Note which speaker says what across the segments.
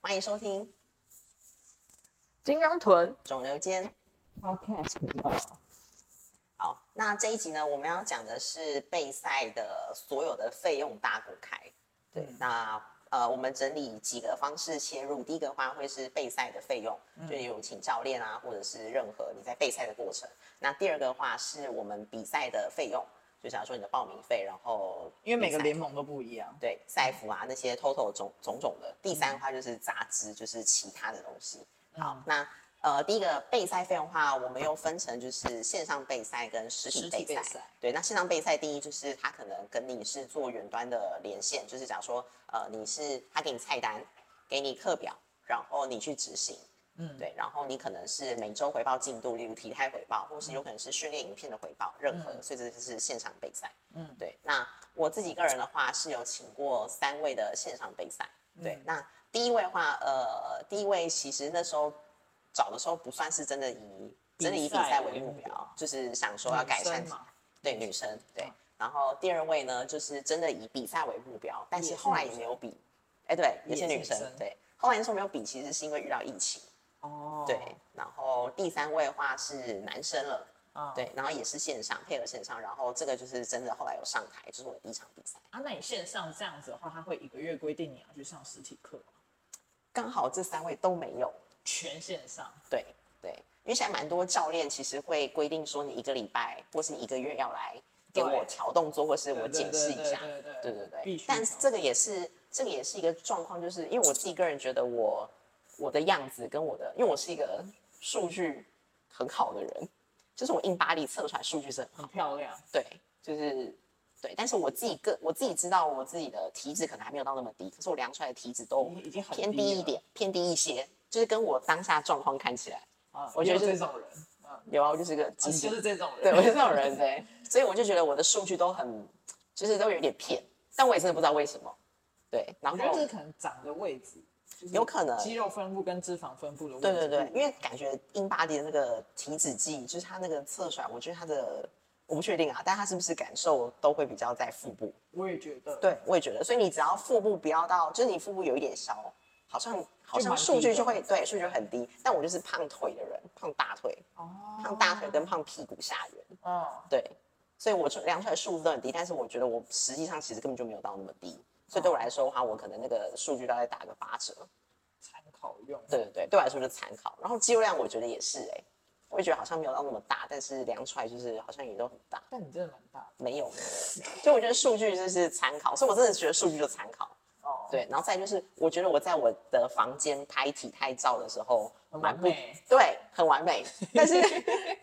Speaker 1: 欢迎收听《
Speaker 2: 金刚臀
Speaker 1: 肿瘤间》。
Speaker 2: podcast
Speaker 1: 好，那这一集呢，我们要讲的是备赛的所有的费用大公开。对，那呃，我们整理几个方式切入。第一个的话会是备赛的费用，就有请教练啊，或者是任何你在备赛的过程。那第二个的话是我们比赛的费用，就假如说你的报名费，然后
Speaker 2: 因为每个
Speaker 1: 比赛
Speaker 2: 联盟都不一样，嗯
Speaker 1: 对赛服啊那些 total 种种种的。第三的话就是杂志，就是其他的东西。好，那呃第一个备赛费用的话，我们又分成就是线上备赛跟实
Speaker 2: 实
Speaker 1: 体
Speaker 2: 体
Speaker 1: 备
Speaker 2: 备
Speaker 1: 赛。
Speaker 2: 赛
Speaker 1: 对，那线上备赛定义就是他可能跟你是做远端的连线，就是假如说呃你是他给你菜单，给你课表，然后你去执行。
Speaker 2: 嗯，
Speaker 1: 对，然后你可能是每周回报进度，例如体态回报，
Speaker 2: 嗯
Speaker 1: 或是有可能是训练影片的回报，任何，所以这就是线上备赛。
Speaker 2: 嗯
Speaker 1: 嗯，对。那我自己个人的话是有请过三位的线上备赛。对，
Speaker 2: 嗯
Speaker 1: 那第一位的话，呃，第一位其实那时候找的时候不算是真的以真的以比
Speaker 2: 比赛
Speaker 1: 赛
Speaker 2: 为
Speaker 1: 为
Speaker 2: 目
Speaker 1: 目
Speaker 2: 标
Speaker 1: 标，就是想说要改善
Speaker 2: 女生嘛，
Speaker 1: 对女生对
Speaker 2: 嗯。
Speaker 1: 然后第二位呢，就是真的以比赛为目标，但
Speaker 2: 也
Speaker 1: 是
Speaker 2: 是
Speaker 1: 后来
Speaker 2: 女
Speaker 1: 也
Speaker 2: 生
Speaker 1: 没有比，哎，对，也
Speaker 2: 也
Speaker 1: 是
Speaker 2: 是
Speaker 1: 女
Speaker 2: 女
Speaker 1: 生
Speaker 2: 生，
Speaker 1: 对。后来那时候没有比，其实是因为遇到疫情。
Speaker 2: 哦，
Speaker 1: 对，然后第三位的话是男生了，
Speaker 2: 啊，
Speaker 1: 对，然后也是线上配合线上，然后这个就是真的后来有上台，就是我的第一场比赛，
Speaker 2: 啊，那你线上这样子的话，他会一个月规定你要去上实体课吗，
Speaker 1: 刚好这三位都没有，
Speaker 2: 全线上，
Speaker 1: 对对，因为现在蛮多教练其实会规定说你一个礼拜或是一个月要来给我
Speaker 2: 对
Speaker 1: 调动作，或是我
Speaker 2: 对
Speaker 1: 检视一下，
Speaker 2: 对对
Speaker 1: 对
Speaker 2: 对
Speaker 1: 对对
Speaker 2: 必须，
Speaker 1: 但
Speaker 2: 调
Speaker 1: 这个也是这个也是一个状况，就是因为我自己个人觉得我我的样子跟我的，因为我是一个数据很好的人，就是我硬巴力测出来数据是很好
Speaker 2: 很。漂亮，
Speaker 1: 对，就是对，但是我自己个我自己知道我自己的体脂可能还没有到那么低，可是我量出来的体脂都
Speaker 2: 已经很
Speaker 1: 偏
Speaker 2: 低
Speaker 1: 低一
Speaker 2: 了
Speaker 1: 点，偏低一些，就是跟我当下状况看起来，
Speaker 2: 啊，
Speaker 1: 我觉得
Speaker 2: 也有
Speaker 1: 就是
Speaker 2: 这种人， 啊，
Speaker 1: 有啊，我就是个
Speaker 2: 你
Speaker 1: 机器
Speaker 2: 就，是这种人，
Speaker 1: 对我就是这种人，对，所以我就觉得我的数据都很，就是都有点骗，但我也真的不知道为什么，对，然
Speaker 2: 我
Speaker 1: 后
Speaker 2: 觉得就是可能长的位置，就是
Speaker 1: 有可能
Speaker 2: 肌肉分布跟脂肪分布的位置，
Speaker 1: 对对对，，因为感觉英巴迪的那个体脂计，就是它那个测出来，我觉得它的我不确定啊，但它是不是感受都会比较在腹部，
Speaker 2: 我也觉得，，
Speaker 1: 对，我也觉得。所以你只要腹部不要到，就是你腹部有一点小，好像好像
Speaker 2: 蛮
Speaker 1: 数
Speaker 2: 低
Speaker 1: 据
Speaker 2: 的
Speaker 1: 就会对数据就很低。但我就是胖腿的人，胖大腿，
Speaker 2: 哦，
Speaker 1: 胖大腿跟胖屁股下缘，
Speaker 2: 哦，
Speaker 1: 对，所以我就量出来数字都很低，但是我觉得我实际上其实根本就没有到那么低。所以对我来说的话，我可能那个数据大概打个八折。
Speaker 2: 参考用，
Speaker 1: 对对对，对我来说就参考。然后肌肉量我觉得也是哎、我也觉得好像没有到那么大，但是量出来就是好像也都很大。
Speaker 2: 但你真的蛮大的，
Speaker 1: 没有，没 有所以我觉得数据就是参考，所以我真的觉得数据就参考。
Speaker 2: 哦，
Speaker 1: 对，然后再来就是，我觉得我在我的房间拍体态照的时候，
Speaker 2: 很完
Speaker 1: 不
Speaker 2: 美
Speaker 1: 对，很完 美。但是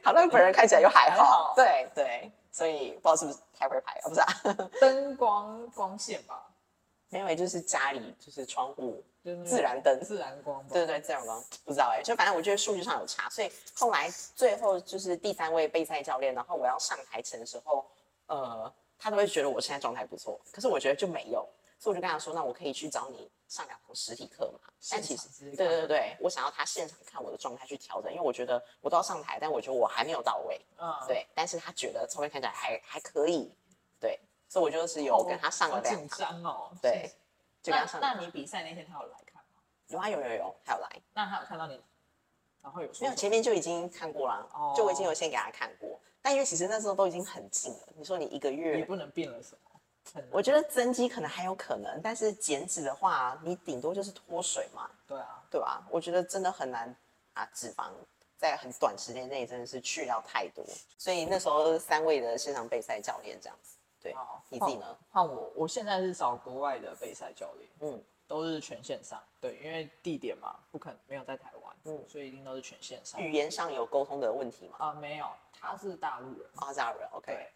Speaker 1: 好像本人看起来又还
Speaker 2: 还好
Speaker 1: 好，对对，所以不知道是不是太会拍，啊、不是、啊，
Speaker 2: 灯光光线吧，
Speaker 1: 没有，就是家里就是窗户
Speaker 2: 就是那个
Speaker 1: 自然灯，
Speaker 2: 自然光吧，
Speaker 1: 对对对，自然光，不知道哎、就反正我觉得数据上有差，所以后来最后就是第三位备赛教练，然后我要上台前的时候，呃，他都会觉得我现在状态不错，可是我觉得就没有，所以我就跟他说，那我可以去找你上两堂实体课嘛。但其实
Speaker 2: 现场直接
Speaker 1: 对
Speaker 2: 看
Speaker 1: 对对，我想要他现场看我的状态去调整，因为我觉得我都要上台，但我觉得我还没有到位，
Speaker 2: 嗯，
Speaker 1: 对，但是他觉得照片看起来还还可以，对，所以我就是有跟他上
Speaker 2: 哦好
Speaker 1: 了两
Speaker 2: 紧
Speaker 1: 堂，
Speaker 2: 张哦。
Speaker 1: 对，就跟
Speaker 2: 那
Speaker 1: 他上
Speaker 2: 那
Speaker 1: 了，
Speaker 2: 你比赛那天他有来看吗？
Speaker 1: 有啊有有有，还有来。
Speaker 2: 那他有看到你，然后有说
Speaker 1: 没有，
Speaker 2: 什么
Speaker 1: 前面就已经看过了，
Speaker 2: 哦
Speaker 1: 就我已经有先给他看过。但因为其实那时候都已经很近了，你说你一个
Speaker 2: 你
Speaker 1: 月，
Speaker 2: 不能变了什么？很
Speaker 1: 我觉得增肌可能还有可能，但是减脂的话，你顶多就是脱水嘛，
Speaker 2: 对啊，
Speaker 1: 对吧？我觉得真的很难把脂肪在很短时间内真的是去掉太多。所以那时候三位的线上备赛教练这样子，对
Speaker 2: 哦，
Speaker 1: 你自己呢？
Speaker 2: 换我，我现在是找国外的备赛教练，
Speaker 1: 嗯，
Speaker 2: 都是全线上，对，因为地点嘛，不可能没有在台湾，
Speaker 1: 嗯
Speaker 2: 所以一定都是全线上。
Speaker 1: 语言上有沟通的问题吗？
Speaker 2: 啊、没有，他是大陆人，
Speaker 1: 啊，这样人，OK，
Speaker 2: 对，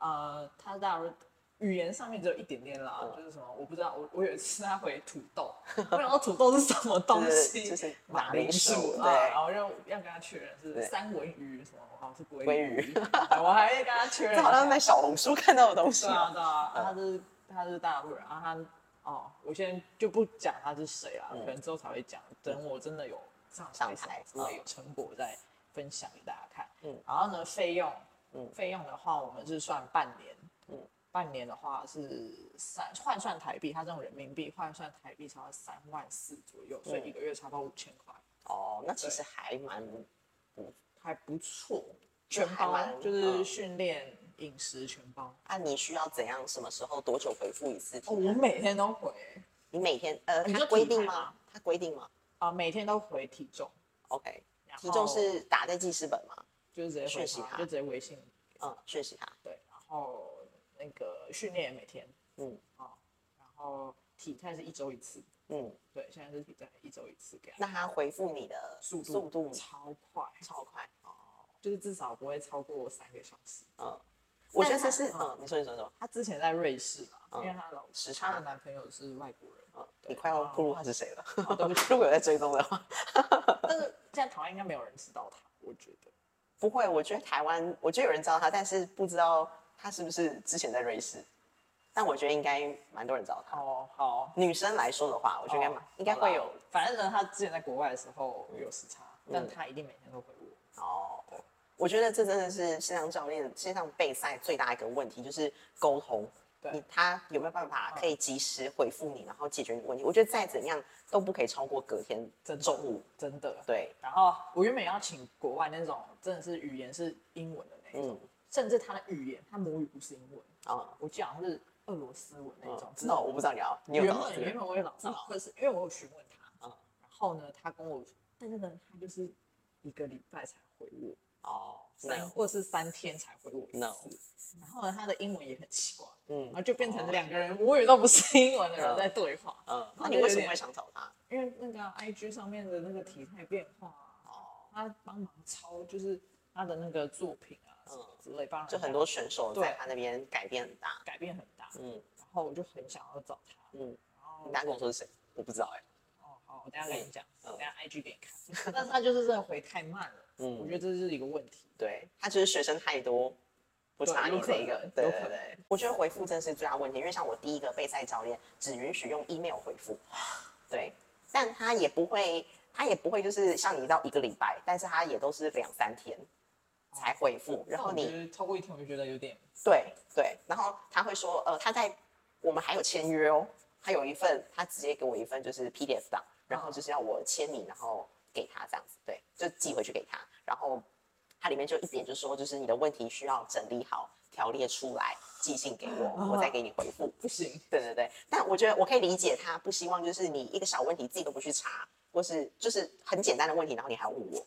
Speaker 2: 呃，他大陆语言上面只有一点点啦，
Speaker 1: 嗯
Speaker 2: 就是什么我不知道，我我有一次他回土豆， 我想说土豆是什么东西，
Speaker 1: 就是就是马
Speaker 2: 马
Speaker 1: 铃
Speaker 2: 铃
Speaker 1: 薯
Speaker 2: 薯
Speaker 1: 对
Speaker 2: 啊，然后要要跟他确认
Speaker 1: 对
Speaker 2: 是三文鱼什么，哦是鲑
Speaker 1: 鲑鱼
Speaker 2: 鱼， 对我还跟他确认一
Speaker 1: 这
Speaker 2: 下，
Speaker 1: 好像在小红书看到的东西
Speaker 2: 对
Speaker 1: 哦。
Speaker 2: 啊对啊，啊他是他是大陆人，然后他哦，我现在就不讲他是谁啦，可能之后才会讲，等我真的有上
Speaker 1: 上
Speaker 2: 台什么
Speaker 1: 台
Speaker 2: 之
Speaker 1: 嗯
Speaker 2: 类有成果再分享给大家看。
Speaker 1: 嗯
Speaker 2: 然后呢，费用，
Speaker 1: 嗯
Speaker 2: 费用的话，我们是算半年，
Speaker 1: 嗯
Speaker 2: 半年的话是三换算台币，它这种人民币换算台币差不多三万四左右，所以一个月差不多五千块，
Speaker 1: 哦，那其实还蛮
Speaker 2: 还不错，
Speaker 1: 就
Speaker 2: 全
Speaker 1: 还
Speaker 2: 包
Speaker 1: 蛮
Speaker 2: 就是
Speaker 1: 嗯
Speaker 2: 训练、饮食全包。
Speaker 1: 啊，你需要怎样？什么时候？多久回复一次？
Speaker 2: 哦，我每天都回、
Speaker 1: 你每天呃，
Speaker 2: 你
Speaker 1: 他
Speaker 2: 说
Speaker 1: 规
Speaker 2: 体
Speaker 1: 定
Speaker 2: 态
Speaker 1: 吗
Speaker 2: 吗？
Speaker 1: 他规定吗
Speaker 2: 啊，每天都回体重，
Speaker 1: ？OK，
Speaker 2: 然
Speaker 1: 体重
Speaker 2: 后
Speaker 1: 是打在记事本吗？
Speaker 2: 就是直接
Speaker 1: 讯
Speaker 2: 回
Speaker 1: 息
Speaker 2: 他，
Speaker 1: 卡
Speaker 2: 就直接微信
Speaker 1: 嗯，讯息他。
Speaker 2: 对，然后那个训练也每天
Speaker 1: 嗯
Speaker 2: 啊，然后体态是一周一次，
Speaker 1: 嗯，
Speaker 2: 对，现在是体态一周一次给他，
Speaker 1: 那他回复你的
Speaker 2: 速度
Speaker 1: 速度
Speaker 2: 超快，
Speaker 1: 超快哦。
Speaker 2: 就是至少不会超过三个小时。
Speaker 1: 嗯，我觉得这
Speaker 2: 他
Speaker 1: 是
Speaker 2: 嗯
Speaker 1: 嗯，你说你说你说，
Speaker 2: 她之前在瑞士嘛，
Speaker 1: 嗯
Speaker 2: 因为她老
Speaker 1: 时差
Speaker 2: 她的男朋友是外国人，
Speaker 1: 嗯，你快要
Speaker 2: 然后
Speaker 1: 暴露他是谁了。
Speaker 2: 哦对不起
Speaker 1: 如果有在追踪的话，
Speaker 2: 但是现在台湾应该没有人知道她，我觉得。
Speaker 1: 不会，我觉得台湾，我觉得有人知道他，但是不知道他是不是之前在瑞士。但我觉得应该蛮多人知道他。
Speaker 2: 哦，好，
Speaker 1: 女生来说的话，我觉得应该蛮
Speaker 2: 哦
Speaker 1: 应该会有嗯
Speaker 2: 好啦反正呢，她之前在国外的时候有时差，但她一定每天都回我。
Speaker 1: 哦，我觉得这真的是线上教练、线上备赛最大一个问题，就是沟通。
Speaker 2: 对嗯
Speaker 1: 你他有没有办法可以及时回复你，然后解决你的问题？我觉得再怎样都不可以超过隔天
Speaker 2: 真的
Speaker 1: 中午。
Speaker 2: 真的。
Speaker 1: 对，
Speaker 2: 然后我原本要请国外那种真的是语言是英文的那一种，
Speaker 1: 嗯
Speaker 2: 甚至他的语言他母语不是英文，
Speaker 1: 啊、
Speaker 2: 我记得好像是俄罗斯文那
Speaker 1: 嗯
Speaker 2: 种。
Speaker 1: 知道我不知道你要，你有
Speaker 2: 原
Speaker 1: 找到
Speaker 2: 本
Speaker 1: 这
Speaker 2: 原
Speaker 1: 个？
Speaker 2: 本我也老知道，可是因为我有询问他，
Speaker 1: 嗯
Speaker 2: 然后呢，他跟我，但是呢，他就是一个礼拜才回我，
Speaker 1: 哦
Speaker 2: 三
Speaker 1: ，no，
Speaker 2: 或是三天才回我一次。
Speaker 1: No
Speaker 2: 然后呢，他的英文也很奇怪，然后
Speaker 1: 嗯
Speaker 2: 就变成两个人母语都不是英文的人
Speaker 1: 嗯
Speaker 2: 在对话，
Speaker 1: 嗯，那
Speaker 2: 那
Speaker 1: 你
Speaker 2: 就
Speaker 1: 为
Speaker 2: 有
Speaker 1: 什么
Speaker 2: 点
Speaker 1: 会想找他？
Speaker 2: 因为那个啊 IG 上面的那个体态变化啊，
Speaker 1: 哦，
Speaker 2: 他帮忙抄，就是他的那个作品啊什么之类，帮人家
Speaker 1: 嗯就很多选手
Speaker 2: 对
Speaker 1: 在他那边改变很大。
Speaker 2: 改变很大。
Speaker 1: 嗯
Speaker 2: 然后我就很想要找他，
Speaker 1: 嗯，
Speaker 2: 然后
Speaker 1: 你大家跟我说是谁？我不知道哎、
Speaker 2: 哦好，我等一下跟你讲，
Speaker 1: 嗯
Speaker 2: 我等一下 IG 给 你看。但是他就是真的回太慢了，
Speaker 1: 嗯
Speaker 2: 我觉得这是一个问题。
Speaker 1: 对他就是学生太多，不
Speaker 2: 对
Speaker 1: 差
Speaker 2: 有
Speaker 1: 你
Speaker 2: 可
Speaker 1: 这一个
Speaker 2: 能。
Speaker 1: 对
Speaker 2: 有
Speaker 1: 对
Speaker 2: 可
Speaker 1: 对，我觉得回复真的是最大问题，因为像我第一个备赛教练只允许用 email 回复，对，但他也不会，他也不会就是像你到一个礼拜，但是他也都是两三天才回复，然后
Speaker 2: 哦但
Speaker 1: 你嗯
Speaker 2: 我觉得超过一天我就觉得有点
Speaker 1: 对对，然后他会说，呃，他在我们还有签约哦，他有一份，他直接给我一份就是 PDF 档，然
Speaker 2: 嗯
Speaker 1: 后就是要我签名，然后给他这样子，对，就寄回去给他，然后它里面就一点就说，就是你的问题需要整理好、条列出来，寄信给我，我再给你回复。
Speaker 2: 哦不行。
Speaker 1: 对对对，但我觉得我可以理解他不希望就是你一个小问题自己都不去查，或是就是很简单的问题，然后你还要问我，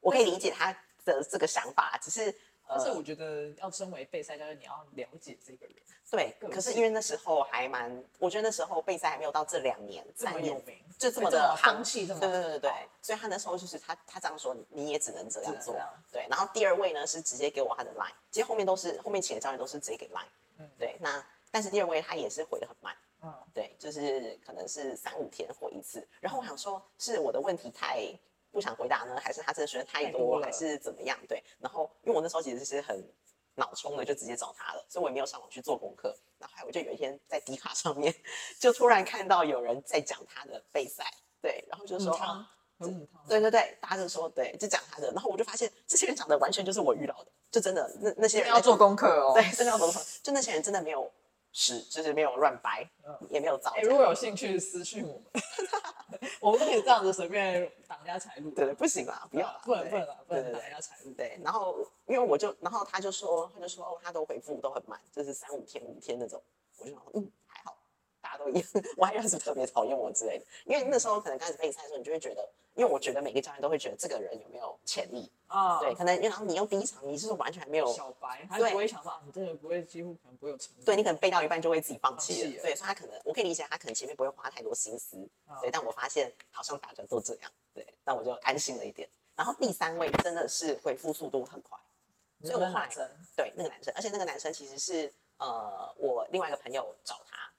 Speaker 1: 我可以理解他的这个想法，只是呃
Speaker 2: 但是我觉得要身为备赛教练，你要了解这个人，
Speaker 1: 对，
Speaker 2: 个
Speaker 1: 可是
Speaker 2: 性
Speaker 1: 因为那时候还蛮，我觉得那时候备赛还没有到这两年、
Speaker 2: 这么
Speaker 1: 三
Speaker 2: 有
Speaker 1: 年，
Speaker 2: 名，
Speaker 1: 就这
Speaker 2: 对
Speaker 1: 么的夯
Speaker 2: 风气这么
Speaker 1: 对对对对
Speaker 2: 好，
Speaker 1: 所以他那时候就是他他这样说，你也只能这
Speaker 2: 只
Speaker 1: 样
Speaker 2: 能
Speaker 1: 做
Speaker 2: 这样。
Speaker 1: 对，然后第二位呢是直接给我他的 line，其实后面都是后面请的教练都是直接给 line。
Speaker 2: 嗯
Speaker 1: 对，那但是第二位他也是回的很慢，
Speaker 2: 嗯，
Speaker 1: 对，就是可能是三五天回一次。然后我想说，是我的问题太不想回答呢，还是他真的学的太
Speaker 2: 太
Speaker 1: 多，
Speaker 2: 多了
Speaker 1: 还是怎么样？对，然后因为我那时候其实是很脑冲的，就直接找他了，所以我也没有上网去做功课。然后后来我就有一天在迪卡上面， 就突然看到有人在讲他的备赛，对，然后就说
Speaker 2: 母。汤
Speaker 1: 啊
Speaker 2: 很母汤，
Speaker 1: 对对对，大家就说对，就讲他的，然后我就发现这些人讲的完全就是我遇到的，就真的那那些
Speaker 2: 一定
Speaker 1: 人
Speaker 2: 要
Speaker 1: 在
Speaker 2: 做功课哦。
Speaker 1: 对，真的要做功课，就那些人真的没有实，就是没有乱掰，
Speaker 2: 嗯
Speaker 1: 也没有造
Speaker 2: 哎、
Speaker 1: 假。
Speaker 2: 如果有兴趣私信我们，我们不可以这样子随便挡人家财路。
Speaker 1: 对对，不行啦，不要啦，
Speaker 2: 不能
Speaker 1: 对
Speaker 2: 不能啦不
Speaker 1: 对对
Speaker 2: 能挡
Speaker 1: 对
Speaker 2: 人家财路。
Speaker 1: 对。然后因为我就，然后他就说，他就说哦，他都回复都很慢，就是三五天、五天那种。我就想，嗯，还好，大家都一样， 我还以为是特别讨厌我之类的。因为那时候可能刚开始备赛的时候，你就会觉得，因为我觉得每个教练都会觉得这个人有没有潜力，
Speaker 2: 啊，
Speaker 1: 对，可能因为然后你又第一场你是完全还没有。
Speaker 2: 小白，他
Speaker 1: 对
Speaker 2: 不会想说啊，你这个不会，几乎可能不会有成功。
Speaker 1: 对你可能背到一半就会自己放弃
Speaker 2: 放
Speaker 1: 了
Speaker 2: 弃，
Speaker 1: 对，
Speaker 2: 了
Speaker 1: 所以他可能我可以理解他可能前面不会花太多心思，
Speaker 2: 啊
Speaker 1: 对，但我发现好像大家都这样，对，那我就安心了一点。然后第三位真的是回复速度很快，
Speaker 2: 你是不是男生
Speaker 1: 对那个男生，而且那个男生其实是呃我另外一个朋友找他，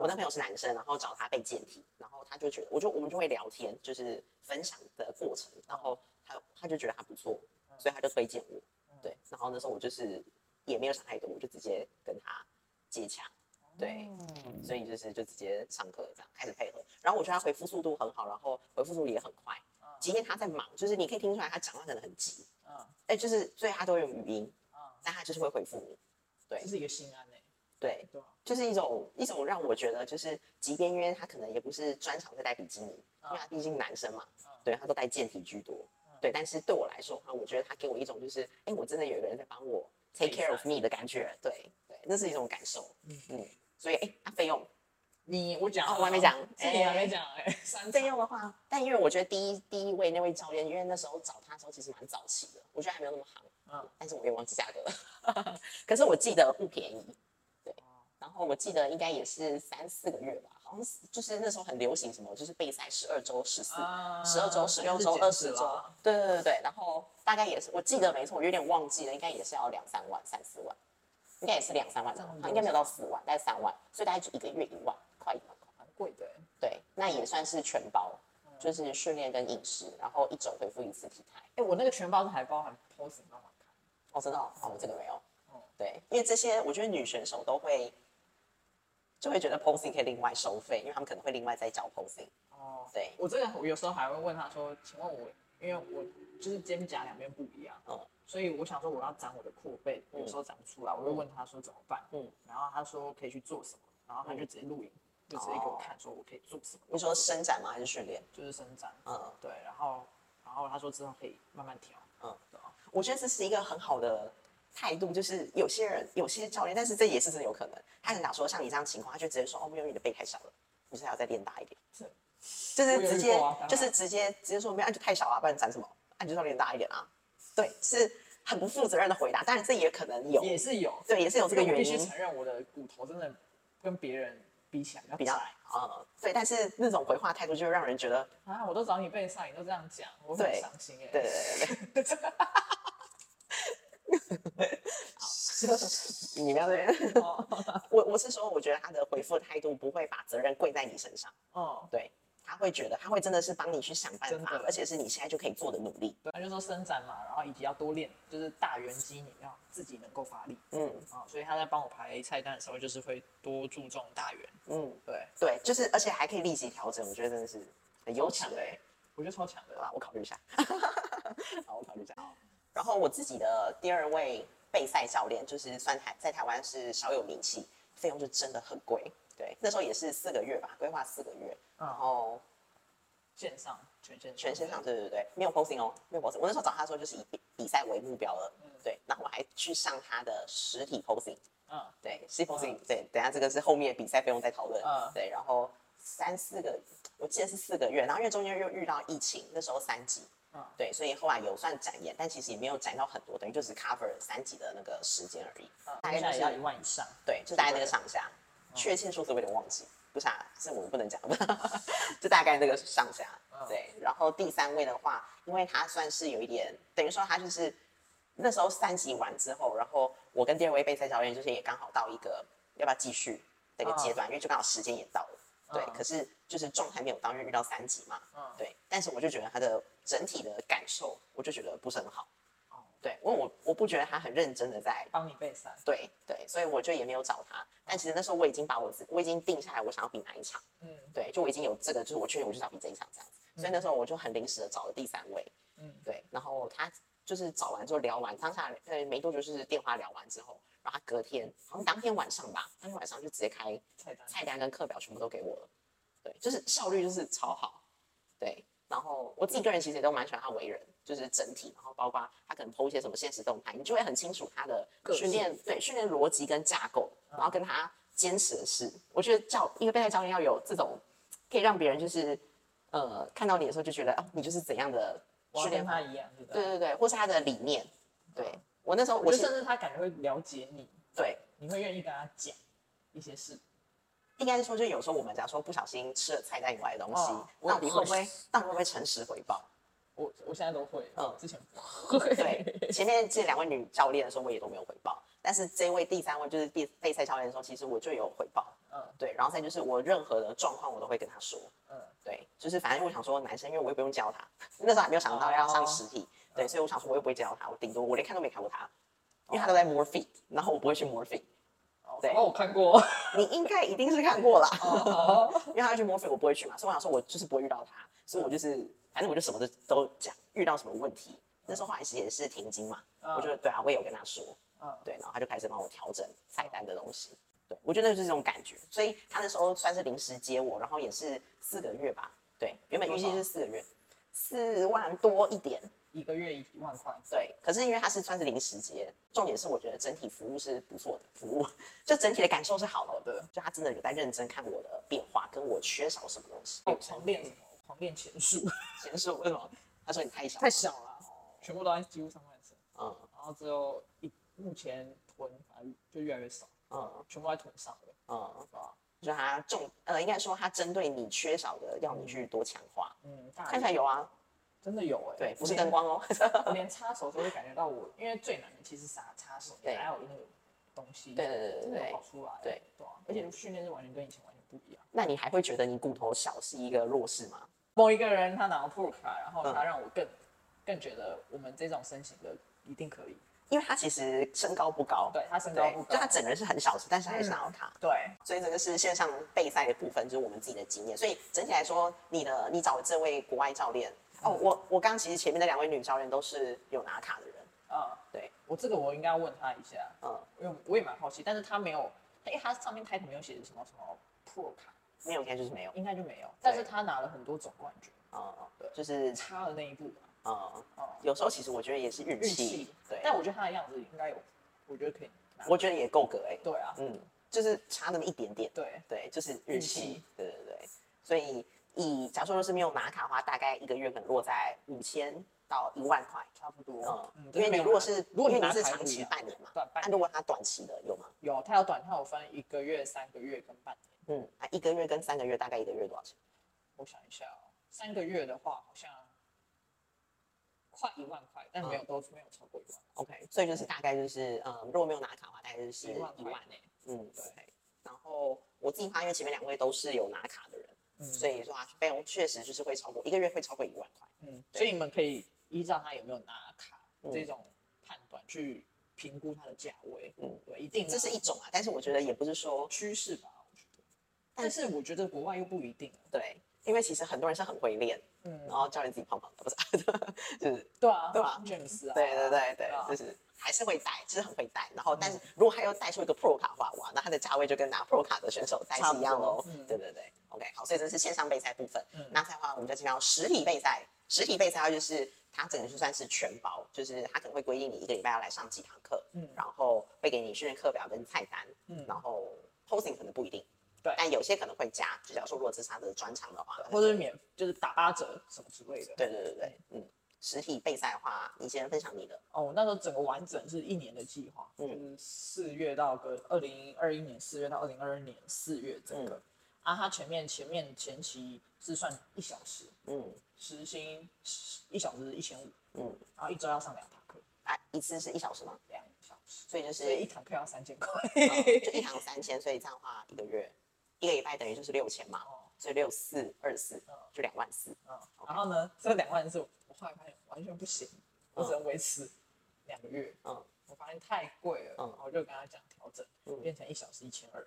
Speaker 1: 我那朋友是男生，然后找他被健体，然后他就觉得，我就我们就会聊天，就是分享的过程，然后他他就觉得他不错，所以他就推荐我，对，然后那时候我就是也没有想太多，我就直接跟他接洽，对，
Speaker 2: 哦
Speaker 1: 所以就是就直接上课这样开始配合，然后我觉得他回复速度很好，然后回复速度也很快，
Speaker 2: 啊
Speaker 1: 即便他在忙，就是你可以听出来他讲话可能很急，
Speaker 2: 嗯
Speaker 1: 哎，就是所以他都会用语音，
Speaker 2: 嗯，
Speaker 1: 但他就是会回复你，对
Speaker 2: 这是一个心安诶、
Speaker 1: 对，
Speaker 2: 对啊
Speaker 1: 就是一种一种让我觉得，就是即便因为他可能也不是专长在带比基尼，因为他毕竟男生嘛，对他都带健体居多，对，但是对我来说的话，我觉得他给我一种就是，哎，我真的有一个人在帮我 take care of me 的感觉，对对，那是一种感受，嗯，所以哎，他费用
Speaker 2: 你我讲了，
Speaker 1: 哦我还没讲
Speaker 2: 是你还没讲哎，三
Speaker 1: 费用的话，但因为我觉得第一第一位那位教练，因为那时候找他的时候其实蛮早期的，我觉得还没有那么行，
Speaker 2: 嗯
Speaker 1: 但是我也忘记价格了， 可是我记得不便宜，对，然后我记得应该也是三四个月吧，好像是就是那时候很流行什么，就是备赛十二周、十四、
Speaker 2: 啊
Speaker 1: 十二周、十六周、二十周，对对对对，然后大概也是我记得没错，我有点忘记了，应该也是要两三万、三四万，应该也是两三万，
Speaker 2: 这样子
Speaker 1: 应该没有到四万，大概三万，所以大概就一个月一万，快一万块。
Speaker 2: 蛮贵的欸，
Speaker 1: 对，那也算是全包，就是训练跟饮食，然后一周恢复一次体态。
Speaker 2: 哎，我那个全包是还包含 posing 帮忙看，
Speaker 1: 哦，真的哦，哦我这个没有
Speaker 2: 哦。
Speaker 1: 对，因为这些我觉得女选手都会，就会觉得 posing 可以另外收费，因为他们可能会另外再交 posing。
Speaker 2: 哦
Speaker 1: 对
Speaker 2: 我这个有时候还会问他说，请问我，因为我就是肩胛两边不一样，
Speaker 1: 嗯
Speaker 2: 所以我想说我要长我的阔背，有时候长不出来，我就问他说怎么办，
Speaker 1: 嗯
Speaker 2: 然后他说可以去做什么，然后他就直接录影，就直接给我看说我可以做什么，
Speaker 1: 你说伸展吗？还是训练？
Speaker 2: 就是伸展，
Speaker 1: 嗯
Speaker 2: 对，然后然后他说之后可以慢慢调，
Speaker 1: 嗯
Speaker 2: 对啊，
Speaker 1: 我觉得这是一个很好的态度，就是有些人有些教练，但是这也是真的有可能，他很想说像你这样情况，他就直接说哦，没有你的背太小了，你是还要再练大一点，
Speaker 2: 是
Speaker 1: 就是直接
Speaker 2: 我有遇过啊当然
Speaker 1: 就是直接直接说没有，啊你就太小了，不然你展什么？啊，你就是要练大一点啊，对，是很不负责任的回答，当然这也可能有，
Speaker 2: 也是有，
Speaker 1: 对，也是有这个
Speaker 2: 因为我
Speaker 1: 原
Speaker 2: 必须
Speaker 1: 因
Speaker 2: 承认我的骨头真的跟别人比起来比较
Speaker 1: 比较
Speaker 2: 窄
Speaker 1: 呃，对，但是那种回话态度就会让人觉得，
Speaker 2: 啊，我都找你备赛，你都这样讲，我很
Speaker 1: 对
Speaker 2: 伤心哎、
Speaker 1: 对对对对对，你不要这边，
Speaker 2: 哦，
Speaker 1: 我我是说，我觉得他的回复态度不会把责任跪在你身上。
Speaker 2: 哦，
Speaker 1: 对，他会觉得他会真的是帮你去想办
Speaker 2: 真
Speaker 1: 法
Speaker 2: 的，
Speaker 1: 而且是你现在就可以做的努力。
Speaker 2: 对，他就说伸展嘛，然后以及要多练，就是大圆肌，你要自己能够发力
Speaker 1: 嗯
Speaker 2: 啊、所以他在帮我排菜单的时候，就是会多注重大圆。
Speaker 1: 嗯，
Speaker 2: 对，
Speaker 1: 对，就是而且还可以立即调整，我觉得真的是很优秀
Speaker 2: 强的、
Speaker 1: 哎、
Speaker 2: 欸，我觉得超强的
Speaker 1: 好。吧，我考虑一下。 好，我考虑一下哦。然后我自己的第二位备赛教练，就是算台在台湾是少有名气，费用就真的很贵。对，那时候也是四个月吧，规划四个月，
Speaker 2: 嗯
Speaker 1: 然后
Speaker 2: 线上全线
Speaker 1: 全身上，对对对，没有 posing 哦，没有 posing。我那时候找他的时候就是以比比赛为目标了，对，然后我还去上他的实体 posing，
Speaker 2: 嗯，
Speaker 1: 对，西风行，对，等下这个是后面比赛费用再讨论。
Speaker 2: 嗯
Speaker 1: 对，然后三四个，我记得是四个月，然后因为中间又遇到疫情，那时候三级，
Speaker 2: 嗯
Speaker 1: 对，所以后来有算展演，但其实也没有展到很多，等于就只 cover 了三级的那个时间而已，大概
Speaker 2: 现在
Speaker 1: 就
Speaker 2: 也要
Speaker 1: 是
Speaker 2: 一万以上。
Speaker 1: 对，嗯就大概那个上下，确切数字我有点忘记，不是啊，是我们不能讲的， 就大概那个上下。对，然后第三位的话，因为他算是有一点，等于说他就是那时候三级完之后，然后我跟第二位备赛教练就是也刚好到一个要不要继续的一个阶段，因为就刚好时间也到了。对，
Speaker 2: 嗯
Speaker 1: 可是就是状态没有到，因为遇到三级嘛。
Speaker 2: 嗯
Speaker 1: 对，但是我就觉得他的整体的感受，我就觉得不是很好。
Speaker 2: 哦
Speaker 1: 对，因为我我不觉得他很认真的在
Speaker 2: 帮你备赛，
Speaker 1: 对对，所以我就也没有找他。但其实那时候我已经把我自我已经定下来，我想要比哪一场。
Speaker 2: 嗯，
Speaker 1: 对，就我已经有这个，就是我确定我就是要比这一场这样子。所以那时候我就很临时的找了第三位，
Speaker 2: 嗯
Speaker 1: 嗯，对。然后他就是找完之后聊完，当下呃没多久就是电话聊完之后，然后他隔天好像当天晚上吧，当天晚上就直接开
Speaker 2: 菜单，
Speaker 1: 菜单跟课表全部都给我了，对，就是效率就是超好，对。然后我自己个人其实也都蛮喜欢他为人，就是整体，然后包括他可能 PO 一些什么现实动态，你就会很清楚他的
Speaker 2: 个性嗯
Speaker 1: 训练对训练逻辑跟架构，然后跟他坚持的事。我觉得教一个备赛教练要有这种，可以让别人就是呃看到你的时候就觉得哦你就是怎样的
Speaker 2: 我要
Speaker 1: 训练
Speaker 2: 跟他
Speaker 1: 法，
Speaker 2: 一样，对不
Speaker 1: 对对
Speaker 2: 对？
Speaker 1: 对，或是他的理念。对我那时候
Speaker 2: 我
Speaker 1: 我
Speaker 2: 觉得
Speaker 1: 是
Speaker 2: 甚至他感觉会了解你，
Speaker 1: 对
Speaker 2: 你会愿意跟他讲一些事。
Speaker 1: 应该是说，就有时候我们假如说不小心吃了菜单以外的东西，
Speaker 2: 哦我
Speaker 1: 到底会不
Speaker 2: 我
Speaker 1: 会，到底会不会诚实回 报？
Speaker 2: 我我现在都会，
Speaker 1: 嗯
Speaker 2: 之前不会。
Speaker 1: 对，前面这两位女教练的时候，我也都没有回报，但是这位第三位就是第备赛教练的时候，其实我就有回报。
Speaker 2: 嗯
Speaker 1: 对，然后再就是我任何的状况，我都会跟他说。
Speaker 2: 嗯，
Speaker 1: 对，就是反正我想说，男生因为我也不用教他，那时候还没有想到要上
Speaker 2: 哦
Speaker 1: 实体，对，所以我想说我又不会教他，我顶多我连看都没看过他，因为他都
Speaker 2: 哦
Speaker 1: 在磨 feet，然后我不会去磨 feet。对
Speaker 2: 哦，我看过。
Speaker 1: 你应该一定是看过啦，
Speaker 2: 哦
Speaker 1: 因为他要去摸飞，我不会去嘛，所以我想说，我就是不会遇到他，所以我就是反正我就什么都都讲，遇到什么问题，那时候后来其实也是停经嘛，
Speaker 2: 嗯
Speaker 1: 我就对啊，我也有跟他说，
Speaker 2: 嗯
Speaker 1: 对，然后他就开始帮我调整菜单的东西，对，我觉得就是这种感觉，所以他那时候算是临时接我，然后也是四个月吧，对，原本预计是四个月，四万多一点，
Speaker 2: 一个月一万块，
Speaker 1: 对，可是因为它是算是临时接，重点是我觉得整体服务是不错的，服务 就整体的感受是好的，就他真的有在认真看我的变化，跟我缺少什么东西。
Speaker 2: 我狂练什么？我狂练钱数，
Speaker 1: 前是为什么？他说你太小，
Speaker 2: 太，小了，全部都在几乎上半身，
Speaker 1: 嗯
Speaker 2: 然后只有一目前臀反正就越来越少，
Speaker 1: 嗯
Speaker 2: 全部在臀上了，
Speaker 1: 嗯，
Speaker 2: 是吧？
Speaker 1: 就他重呃，应该说他针对你缺少的，要你去多强化。
Speaker 2: 嗯，大
Speaker 1: 看起来有啊，
Speaker 2: 真的有哎、
Speaker 1: 对，不是灯光哦，
Speaker 2: 我连插手都会感觉到我，因为最难的其实是插手，
Speaker 1: 对
Speaker 2: 还有那个东西，
Speaker 1: 对对对对
Speaker 2: 真的有
Speaker 1: 对
Speaker 2: 跑出来，
Speaker 1: 对
Speaker 2: 对啊，而且训练是完全跟以前完全不一样。
Speaker 1: 那你还会觉得你骨头小是一个弱势吗？
Speaker 2: 某一个人他拿到 pro 卡，然后他让我更、更觉得我们这种身形的一定可以，
Speaker 1: 因为他其实身高不高，
Speaker 2: 对他身高
Speaker 1: 对
Speaker 2: 不，高，嗯
Speaker 1: 就他整人是很小只，但是还是拿到卡。
Speaker 2: 对
Speaker 1: 所以这个是线上备赛的部分，就是我们自己的经验。所以整体来说，你的你找这位国外教练
Speaker 2: 嗯
Speaker 1: 哦，我我刚刚其实前面的两位女教练都是有拿卡的人，
Speaker 2: 啊、
Speaker 1: 对，
Speaker 2: 我这个我应该要问他一下，
Speaker 1: 嗯，
Speaker 2: 因为我也蛮好奇，但是他没有，因为他上面 title 没有写什么什么 pro 卡，
Speaker 1: 没有应该就是没有，
Speaker 2: 应该就没有，但是他拿了很多总冠军，
Speaker 1: 嗯，就是
Speaker 2: 差了那一步吧，
Speaker 1: 嗯，
Speaker 2: 哦、
Speaker 1: 有时候其实我觉得也是运
Speaker 2: 运
Speaker 1: 气
Speaker 2: 气，，
Speaker 1: 对，
Speaker 2: 但我觉得他的样子应该有，我觉得可以拿，
Speaker 1: 我觉得也够格哎、
Speaker 2: 对啊，
Speaker 1: 嗯，就是差那么一点点，
Speaker 2: 对，
Speaker 1: 对，就是运
Speaker 2: 运
Speaker 1: 气
Speaker 2: 气，
Speaker 1: 对对对，所以以假如说是没有拿卡的话，大概一个月可能落在五千到一万块，
Speaker 2: 差不多
Speaker 1: 嗯，，因为你如果是
Speaker 2: 如果
Speaker 1: 因为
Speaker 2: 你拿
Speaker 1: 你是
Speaker 2: 牌
Speaker 1: 长
Speaker 2: 不一
Speaker 1: 期
Speaker 2: 样
Speaker 1: 半年嘛，
Speaker 2: 对半
Speaker 1: 那
Speaker 2: 年
Speaker 1: 如果他短期的有吗？
Speaker 2: 有，它有短，它有分一个月、三个月跟半年。
Speaker 1: 嗯，啊，一个月跟三个月大概一个月多少钱？
Speaker 2: 我想一下哦，三个月的话好像快一万块，但没有都没有超过一万，
Speaker 1: OK，所以就是大概就是，呃，如果没有拿卡的话，大概就是
Speaker 2: 一万
Speaker 1: 一
Speaker 2: 块
Speaker 1: 万。
Speaker 2: 内。
Speaker 1: 嗯，
Speaker 2: 对
Speaker 1: 对。然后我自己发现前面两位都是有拿卡的人，
Speaker 2: 嗯
Speaker 1: 所以说啊，费用确实就是会超过一个月会超过一万块。
Speaker 2: 嗯，所以你们可以依照他有没有拿卡
Speaker 1: 嗯
Speaker 2: 这种判断去评估它的价位。
Speaker 1: 嗯
Speaker 2: 嗯，对，一定
Speaker 1: 这是一种啊，但是我觉得也不是说
Speaker 2: 趋势吧，我觉得。
Speaker 1: 但
Speaker 2: 但是我觉得国外又不一定啊了。
Speaker 1: 对，因为其实很多人是很会练，然
Speaker 2: 嗯，
Speaker 1: 后教练自己胖胖的，不是， 就是
Speaker 2: 对啊，
Speaker 1: 对吧
Speaker 2: 詹姆斯啊，
Speaker 1: 对对对对，
Speaker 2: 啊
Speaker 1: 就是还是会带，就是很会带。然后，但是如果他又带出一个 Pro 卡的话，哇，那他的价位就跟拿 Pro 卡的选手带
Speaker 2: 差
Speaker 1: 是
Speaker 2: 不
Speaker 1: 一样
Speaker 2: 多
Speaker 1: 喽。
Speaker 2: 嗯
Speaker 1: 对对对，OK，好，所以这是线上备赛部分。
Speaker 2: 嗯
Speaker 1: 那再的话，我们就进到实体备赛。实体备赛它就是它整个就算是全包，就是他可能会规定你一个礼拜要来上几堂课，
Speaker 2: 嗯
Speaker 1: 然后会给你训练课表跟菜单，
Speaker 2: 嗯
Speaker 1: 然后 posing 可能不一定，
Speaker 2: 对
Speaker 1: 但有些可能会加，就假如说如果这是他的专长的话，
Speaker 2: 或者是免就是打八折什么之类的。
Speaker 1: 对对对对，嗯，实体备赛的话，你先分享你的，
Speaker 2: 哦，我那时候整个完整是一年的计划，
Speaker 1: 嗯
Speaker 2: 就是四月到个二零二一年四月到二零二二年四月整
Speaker 1: 嗯
Speaker 2: 个。啊，它前面前面前期是算一小时，
Speaker 1: 嗯
Speaker 2: 时薪10一小时一千五，
Speaker 1: 嗯，
Speaker 2: 然后一周要上两堂课，
Speaker 1: 啊，一次是一小时吗？
Speaker 2: 两小时，
Speaker 1: 所以就
Speaker 2: 所以
Speaker 1: 是呃
Speaker 2: 一堂课要三千块。
Speaker 1: 哦就一堂三千，所以这样的话一个月一个礼拜等于就是六千嘛，
Speaker 2: 哦，
Speaker 1: 所以六四二四就两万四。
Speaker 2: 嗯，然后呢，这两万是我我后来发现完全不行，我只能维持两个月。
Speaker 1: 嗯，
Speaker 2: 我发现太贵了，
Speaker 1: 嗯
Speaker 2: 然后我就跟他讲调整，
Speaker 1: 嗯
Speaker 2: 变成一小时一千二，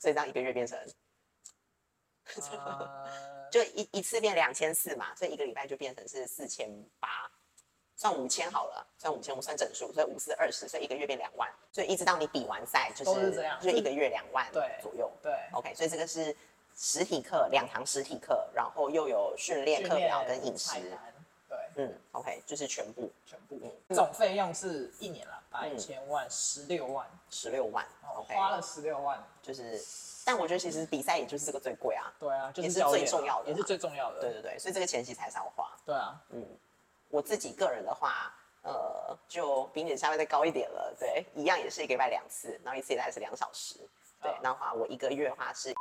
Speaker 1: 所以这样一个月变成
Speaker 2: 呃
Speaker 1: 就一一次变两千四嘛，所以一个礼拜就变成是四千八，算五千好了，算五千我们算整数，所以五四二十，所以一个月变两万，所以一直到你比完赛就是
Speaker 2: 都是这样
Speaker 1: 就一个月两万
Speaker 2: 对
Speaker 1: 左右。
Speaker 2: 对，
Speaker 1: OK，所以这个是实体课两堂实体课，然后又有训练
Speaker 2: 训
Speaker 1: 课
Speaker 2: 练
Speaker 1: 表跟饮食
Speaker 2: 菜。单，对，
Speaker 1: 嗯，OK，就是全部
Speaker 2: 全部
Speaker 1: 嗯
Speaker 2: 总费用是一年啦，八
Speaker 1: 嗯
Speaker 2: 千万十六万，
Speaker 1: 十六万
Speaker 2: 然后
Speaker 1: ，OK，
Speaker 2: 哦花了十六万，
Speaker 1: 就是，但我觉得其实比赛也就是这个最贵啊。
Speaker 2: 对啊，就
Speaker 1: 也是
Speaker 2: 教练
Speaker 1: 最重要的嘛
Speaker 2: 也是最重要的，
Speaker 1: 对对嗯对，所以这个前期才是要花。
Speaker 2: 对啊，
Speaker 1: 我自己个人的话，呃，就比你的价位再高一点了。对，一样也是一个礼拜两次，然后一次也大概是两小时。对
Speaker 2: 嗯，
Speaker 1: 那话我一个月的话 是，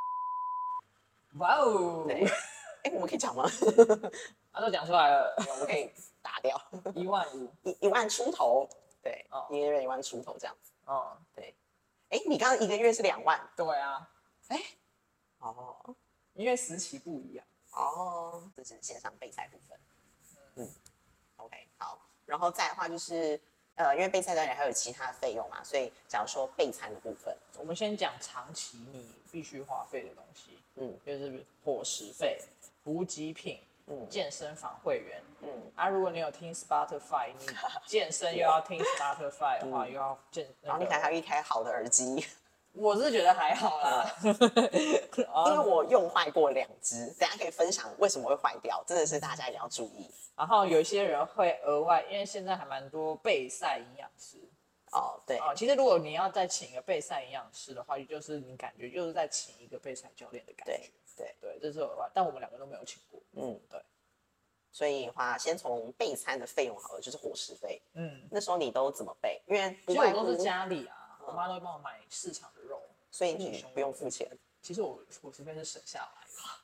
Speaker 2: 哇哦，
Speaker 1: 对，哎，我们可以讲吗？
Speaker 2: 他都讲出来了，
Speaker 1: 我们可以打掉
Speaker 2: 一万五，
Speaker 1: 一一万出头，对
Speaker 2: 哦，
Speaker 1: 一个月一万出头这样子。
Speaker 2: 哦，
Speaker 1: 哎，你刚刚一个月是两万，哎
Speaker 2: 对啊，
Speaker 1: 哦
Speaker 2: 因为时期不一样，
Speaker 1: 哦，这是线上备赛部分。嗯，OK，好，然后再的话就是。呃，因为备赛当然还有其他费用嘛，所以假如说备餐的部分，
Speaker 2: 我们先讲长期你必须花费的东西，
Speaker 1: 嗯
Speaker 2: 就是伙食费、补给品、
Speaker 1: 嗯
Speaker 2: 健身房会员、
Speaker 1: 嗯
Speaker 2: 啊，如果你有听 Spotify，你 健身又要听 Spotify 的话，又要健，
Speaker 1: 然嗯啊
Speaker 2: 那
Speaker 1: 后你还
Speaker 2: 个，
Speaker 1: 要一开好的耳机，
Speaker 2: 我是觉得还好啦。
Speaker 1: 因
Speaker 2: 哦
Speaker 1: 为我用坏过两只，等一下可以分享为什么会坏掉，真的是大家一定要注意
Speaker 2: 然后有一些人会额外，因为现在还蛮多备赛营养师
Speaker 1: 哦。对，
Speaker 2: 啊、其实如果你要再请一个备赛营养师的话，就是你感觉就是在请一个备赛教练的感觉
Speaker 1: 对。对，
Speaker 2: 对，这是额外，但我们两个都没有请过。
Speaker 1: 嗯，
Speaker 2: 对，
Speaker 1: 所以的话，先从备餐的费用好了，就是伙食费。
Speaker 2: 嗯，
Speaker 1: 那时候你都怎么备？因为不嗯
Speaker 2: 其实我
Speaker 1: 外
Speaker 2: 都是
Speaker 1: 乎，
Speaker 2: 家里啊，我妈都会帮我买市场的肉。
Speaker 1: 所以你
Speaker 2: 嗯
Speaker 1: 不用付钱，
Speaker 2: 其实我我随便是省下来的。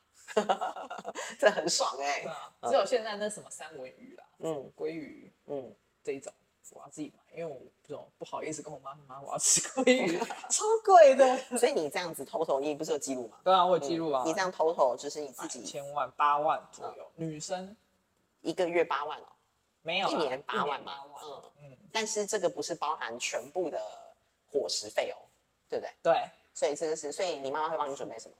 Speaker 1: 这很爽哎、
Speaker 2: 对啊，只有现在那什么三文鱼啦、
Speaker 1: 嗯
Speaker 2: 鲑鱼
Speaker 1: 嗯，
Speaker 2: 这一种，我要自己买，因为我不种不好意思跟我妈说妈，我要吃 鲑鱼，超贵的。
Speaker 1: 所以你这样子偷偷，你不是有记录吗？
Speaker 2: 对啊，我有记录啊，
Speaker 1: 嗯你这样偷偷就是你自己
Speaker 2: 千万八万左右，女生
Speaker 1: 一个月八万哦、
Speaker 2: 没有啊
Speaker 1: 一年八万嘛
Speaker 2: 八万，
Speaker 1: 嗯
Speaker 2: 嗯，
Speaker 1: 但是这个不是包含全部的伙食费哦、对不对？
Speaker 2: 对，
Speaker 1: 所以这个是，所以你妈妈会帮你准备什么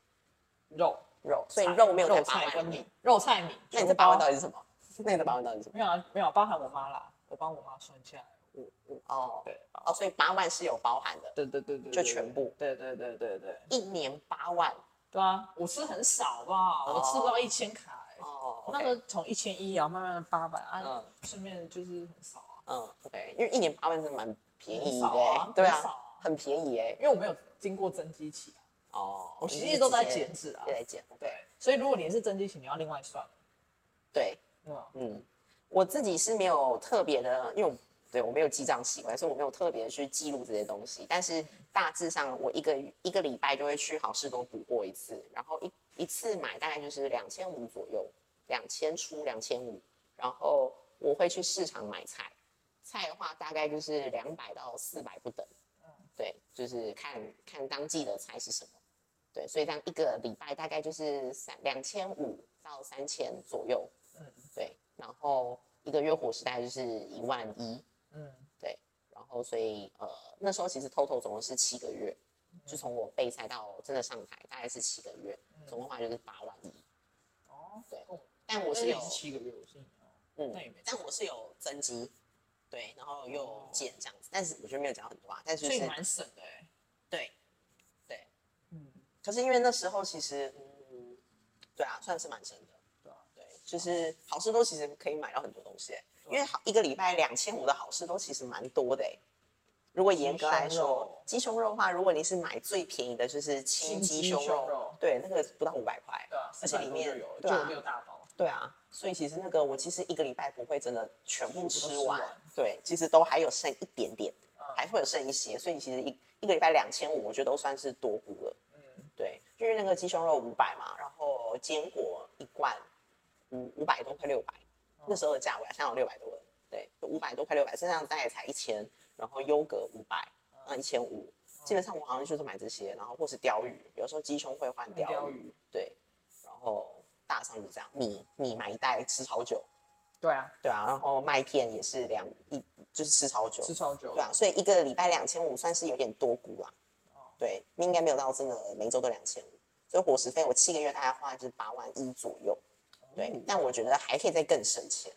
Speaker 2: 肉，
Speaker 1: 肉？所以
Speaker 2: 菜
Speaker 1: 肉没有在
Speaker 2: 肉
Speaker 1: 八
Speaker 2: 菜跟
Speaker 1: 万里
Speaker 2: 米，，肉菜米，
Speaker 1: 那你这八万
Speaker 2: 全部包
Speaker 1: 到底是什么？那你这八万到底是什么？
Speaker 2: 没有啊，没有包含我妈啦，我帮我妈算下来，我我
Speaker 1: 哦
Speaker 2: 对
Speaker 1: 哦，所以八万是有包含的，
Speaker 2: 对对对对，
Speaker 1: 就
Speaker 2: 对
Speaker 1: 全部，
Speaker 2: 对对对对对，
Speaker 1: 一年八万
Speaker 2: 对啊，我吃很少吧，我吃不到一千卡欸，
Speaker 1: 哦
Speaker 2: 那
Speaker 1: 那
Speaker 2: 时候
Speaker 1: 个
Speaker 2: 从一千一然后慢慢八百啊
Speaker 1: 嗯，
Speaker 2: 顺便就是很少啊，
Speaker 1: 嗯，OK，因为一年八万真的蛮便宜的
Speaker 2: 很少啊
Speaker 1: 欸，对
Speaker 2: 很少
Speaker 1: 啊
Speaker 2: 啊，
Speaker 1: 很便宜哎。
Speaker 2: 因为我没有经过增肌期啊，
Speaker 1: 哦，
Speaker 2: 我其
Speaker 1: 你
Speaker 2: 实
Speaker 1: 是
Speaker 2: 都在
Speaker 1: 直接
Speaker 2: 减脂啊
Speaker 1: 对，在减，
Speaker 2: 对
Speaker 1: 对，
Speaker 2: 所以如果你是增肌期，你要另外算，
Speaker 1: 对，
Speaker 2: 嗯。
Speaker 1: 嗯，我自己是没有特别的，因为我对我没有记账习惯，所以我没有特别去记录这些东西。但是大致上，我一个一个礼拜就会去好事多补货一次，然后一一次买大概就是两千五左右，两千出两千五，然后我会去市场买菜，菜的话大概就是两百到四百不等，对，就是看看当季的菜是什么。对，所以这样一个礼拜大概就是三两千五到三千左右，
Speaker 2: 嗯
Speaker 1: 对，然后一个月伙食大概就是一万一，
Speaker 2: 嗯，
Speaker 1: 对，然后所以呃那时候其实 total 总共是七个月，就从我备赛到真的上台大概是七个月，
Speaker 2: 嗯
Speaker 1: 总共的话就是八万一，
Speaker 2: 哦，
Speaker 1: 对
Speaker 2: 哦
Speaker 1: 但我
Speaker 2: 那
Speaker 1: 是
Speaker 2: 也
Speaker 1: 有
Speaker 2: 七个月，我是嗯
Speaker 1: 嗯，
Speaker 2: 那也没差，
Speaker 1: 但我是有增肌，对，然后又减这样子，但是我觉得没有讲很多啊，但是
Speaker 2: 哦所
Speaker 1: 就
Speaker 2: 以
Speaker 1: 是
Speaker 2: 蛮省的哎，
Speaker 1: 对对，
Speaker 2: 嗯，
Speaker 1: 可是因为那时候其实嗯，对啊，算是蛮深的。
Speaker 2: 对啊，
Speaker 1: 对，就是好事多其实可以买到很多东西欸，因为好一个礼拜两千五的好事多其实蛮多的欸如果严格来
Speaker 2: 鸡胸
Speaker 1: 说
Speaker 2: 肉，
Speaker 1: 鸡胸肉的话，如果你是买最便宜的，就是
Speaker 2: 青
Speaker 1: 青
Speaker 2: 鸡
Speaker 1: 鸡胸
Speaker 2: 胸肉
Speaker 1: 肉，对，那个不到五百块
Speaker 2: 对啊，，
Speaker 1: 而且里面
Speaker 2: 400多就
Speaker 1: 对
Speaker 2: 有了，就有
Speaker 1: 啊
Speaker 2: 六，大包，
Speaker 1: 对啊，所以其实那个我其实一个礼拜不会真的全部
Speaker 2: 全部都
Speaker 1: 吃
Speaker 2: 吃
Speaker 1: 完
Speaker 2: 完，
Speaker 1: 对，其实都还有剩一点点，
Speaker 2: 嗯
Speaker 1: 还会有剩一些，所以其实一一个礼拜两千五，我觉得都算是多补了。
Speaker 2: 嗯，
Speaker 1: 对，因为那个鸡胸肉五百嘛，然后坚果一罐五五百多块六百，那时候的价位好像有六百多了，对，五百多块六百，身上大概才一千，然后优格五百，嗯一千五，基本上我好像就是买这些，然后或是鲷鱼，有时候鸡胸会换
Speaker 2: 换鲷
Speaker 1: 鲷
Speaker 2: 鱼
Speaker 1: 鱼，对，然后大上就这样，米米买一袋吃好久，
Speaker 2: 对啊，
Speaker 1: 对啊，然后麦片也是两一就是吃超久，
Speaker 2: 吃超久
Speaker 1: 对，啊，所以一个礼拜两千五算是有点多估啦、
Speaker 2: 哦
Speaker 1: 对，应该没有到真的每周都两千五，所以伙食费我七个月大概花就是八万一左右。
Speaker 2: 哦
Speaker 1: 对，但我觉得还可以再更省钱。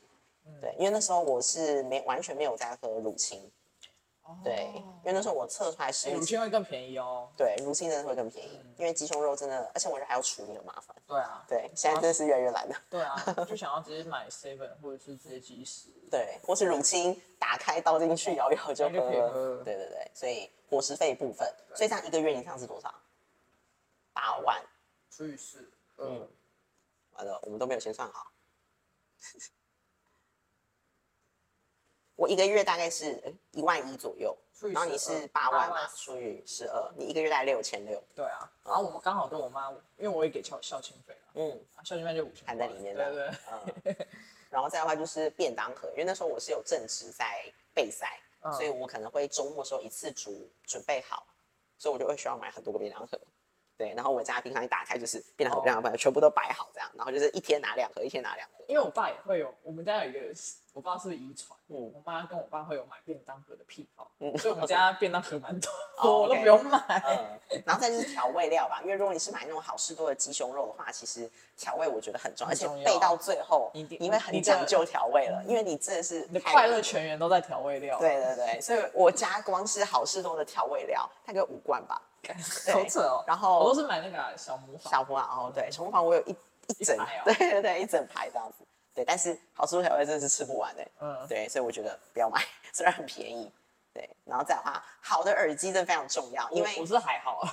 Speaker 2: 嗯
Speaker 1: 对，因为那时候我是没完全没有在喝乳清，
Speaker 2: 哦
Speaker 1: 对，因为那时候我测出来是
Speaker 2: 哎乳清会更便宜哦，
Speaker 1: 对乳清真的会更便宜，因为鸡胸肉真的，而且我觉得还要处理很麻烦。
Speaker 2: 对啊，
Speaker 1: 对，现在真的是越来越懒了。
Speaker 2: 对啊，就想要直接买 seven 或者是直接即食，
Speaker 1: 对，或是乳清打开倒进去摇一摇就
Speaker 2: 就可以
Speaker 1: 喝
Speaker 2: 喝了
Speaker 1: 了。对对对，所以伙食费部分，所以这样一个月以上是多少？八万。
Speaker 2: 除以四，嗯
Speaker 1: 嗯，完了，我们都没有先算好。我一个月大概是一万一左右
Speaker 2: 除以，
Speaker 1: 然后你
Speaker 2: 12
Speaker 1: 是八万
Speaker 2: 8
Speaker 1: 嘛
Speaker 2: 万，
Speaker 1: 除以十二，你一个月大概六千六，
Speaker 2: 对啊，然后我们刚好跟我妈，因为我也给孝孝亲费了，
Speaker 1: 嗯，
Speaker 2: 啊孝亲费就五千，
Speaker 1: 含在里面
Speaker 2: 对
Speaker 1: 的
Speaker 2: 对，
Speaker 1: 嗯，然后再的话就是便当盒，因为那时候我是有正职在备赛，
Speaker 2: 嗯
Speaker 1: 所以我可能会周末的时候一次煮准备好，所以我就会需要买很多个便当盒。对，然后我家冰箱一打开就是便当盒、便当盒全部都摆好这样，然后就是一天拿两盒，一天拿两盒。
Speaker 2: 因为我爸也会有，我们家有一个，我不知道是不是遗传，
Speaker 1: 嗯
Speaker 2: 我妈跟我爸会有买便当盒的癖好，
Speaker 1: 嗯
Speaker 2: 所以我们家便当盒蛮多，
Speaker 1: 哦
Speaker 2: 我都
Speaker 1: OK
Speaker 2: 不用买。
Speaker 1: 嗯，然后再就是调味料吧，因为如果你是买那种好事多的鸡胸肉的话，其实调味我觉得很重要，而
Speaker 2: 很
Speaker 1: 且
Speaker 2: 重要
Speaker 1: 备到最后
Speaker 2: 一定
Speaker 1: 你会
Speaker 2: 你
Speaker 1: 很
Speaker 2: 的
Speaker 1: 讲究调味了，因为你真的是
Speaker 2: 你的
Speaker 1: 太
Speaker 2: 快乐全员都在调味料，，
Speaker 1: 对对对，所以我家光是好事多的调味料大概五罐吧，对
Speaker 2: 好扯哦。
Speaker 1: 然后
Speaker 2: 我都是买那个啊小模仿，
Speaker 1: 小红啊，哦对，小红房我有一一整，
Speaker 2: 一排哦
Speaker 1: 对对对，一整排这样子。对，但是好吃多调味真的是吃不完哎、
Speaker 2: 嗯，
Speaker 1: 对，所以我觉得不要买， 虽然很便宜。对，然后再的话，好的耳机真的非常重要，因为
Speaker 2: 我我是还好啊，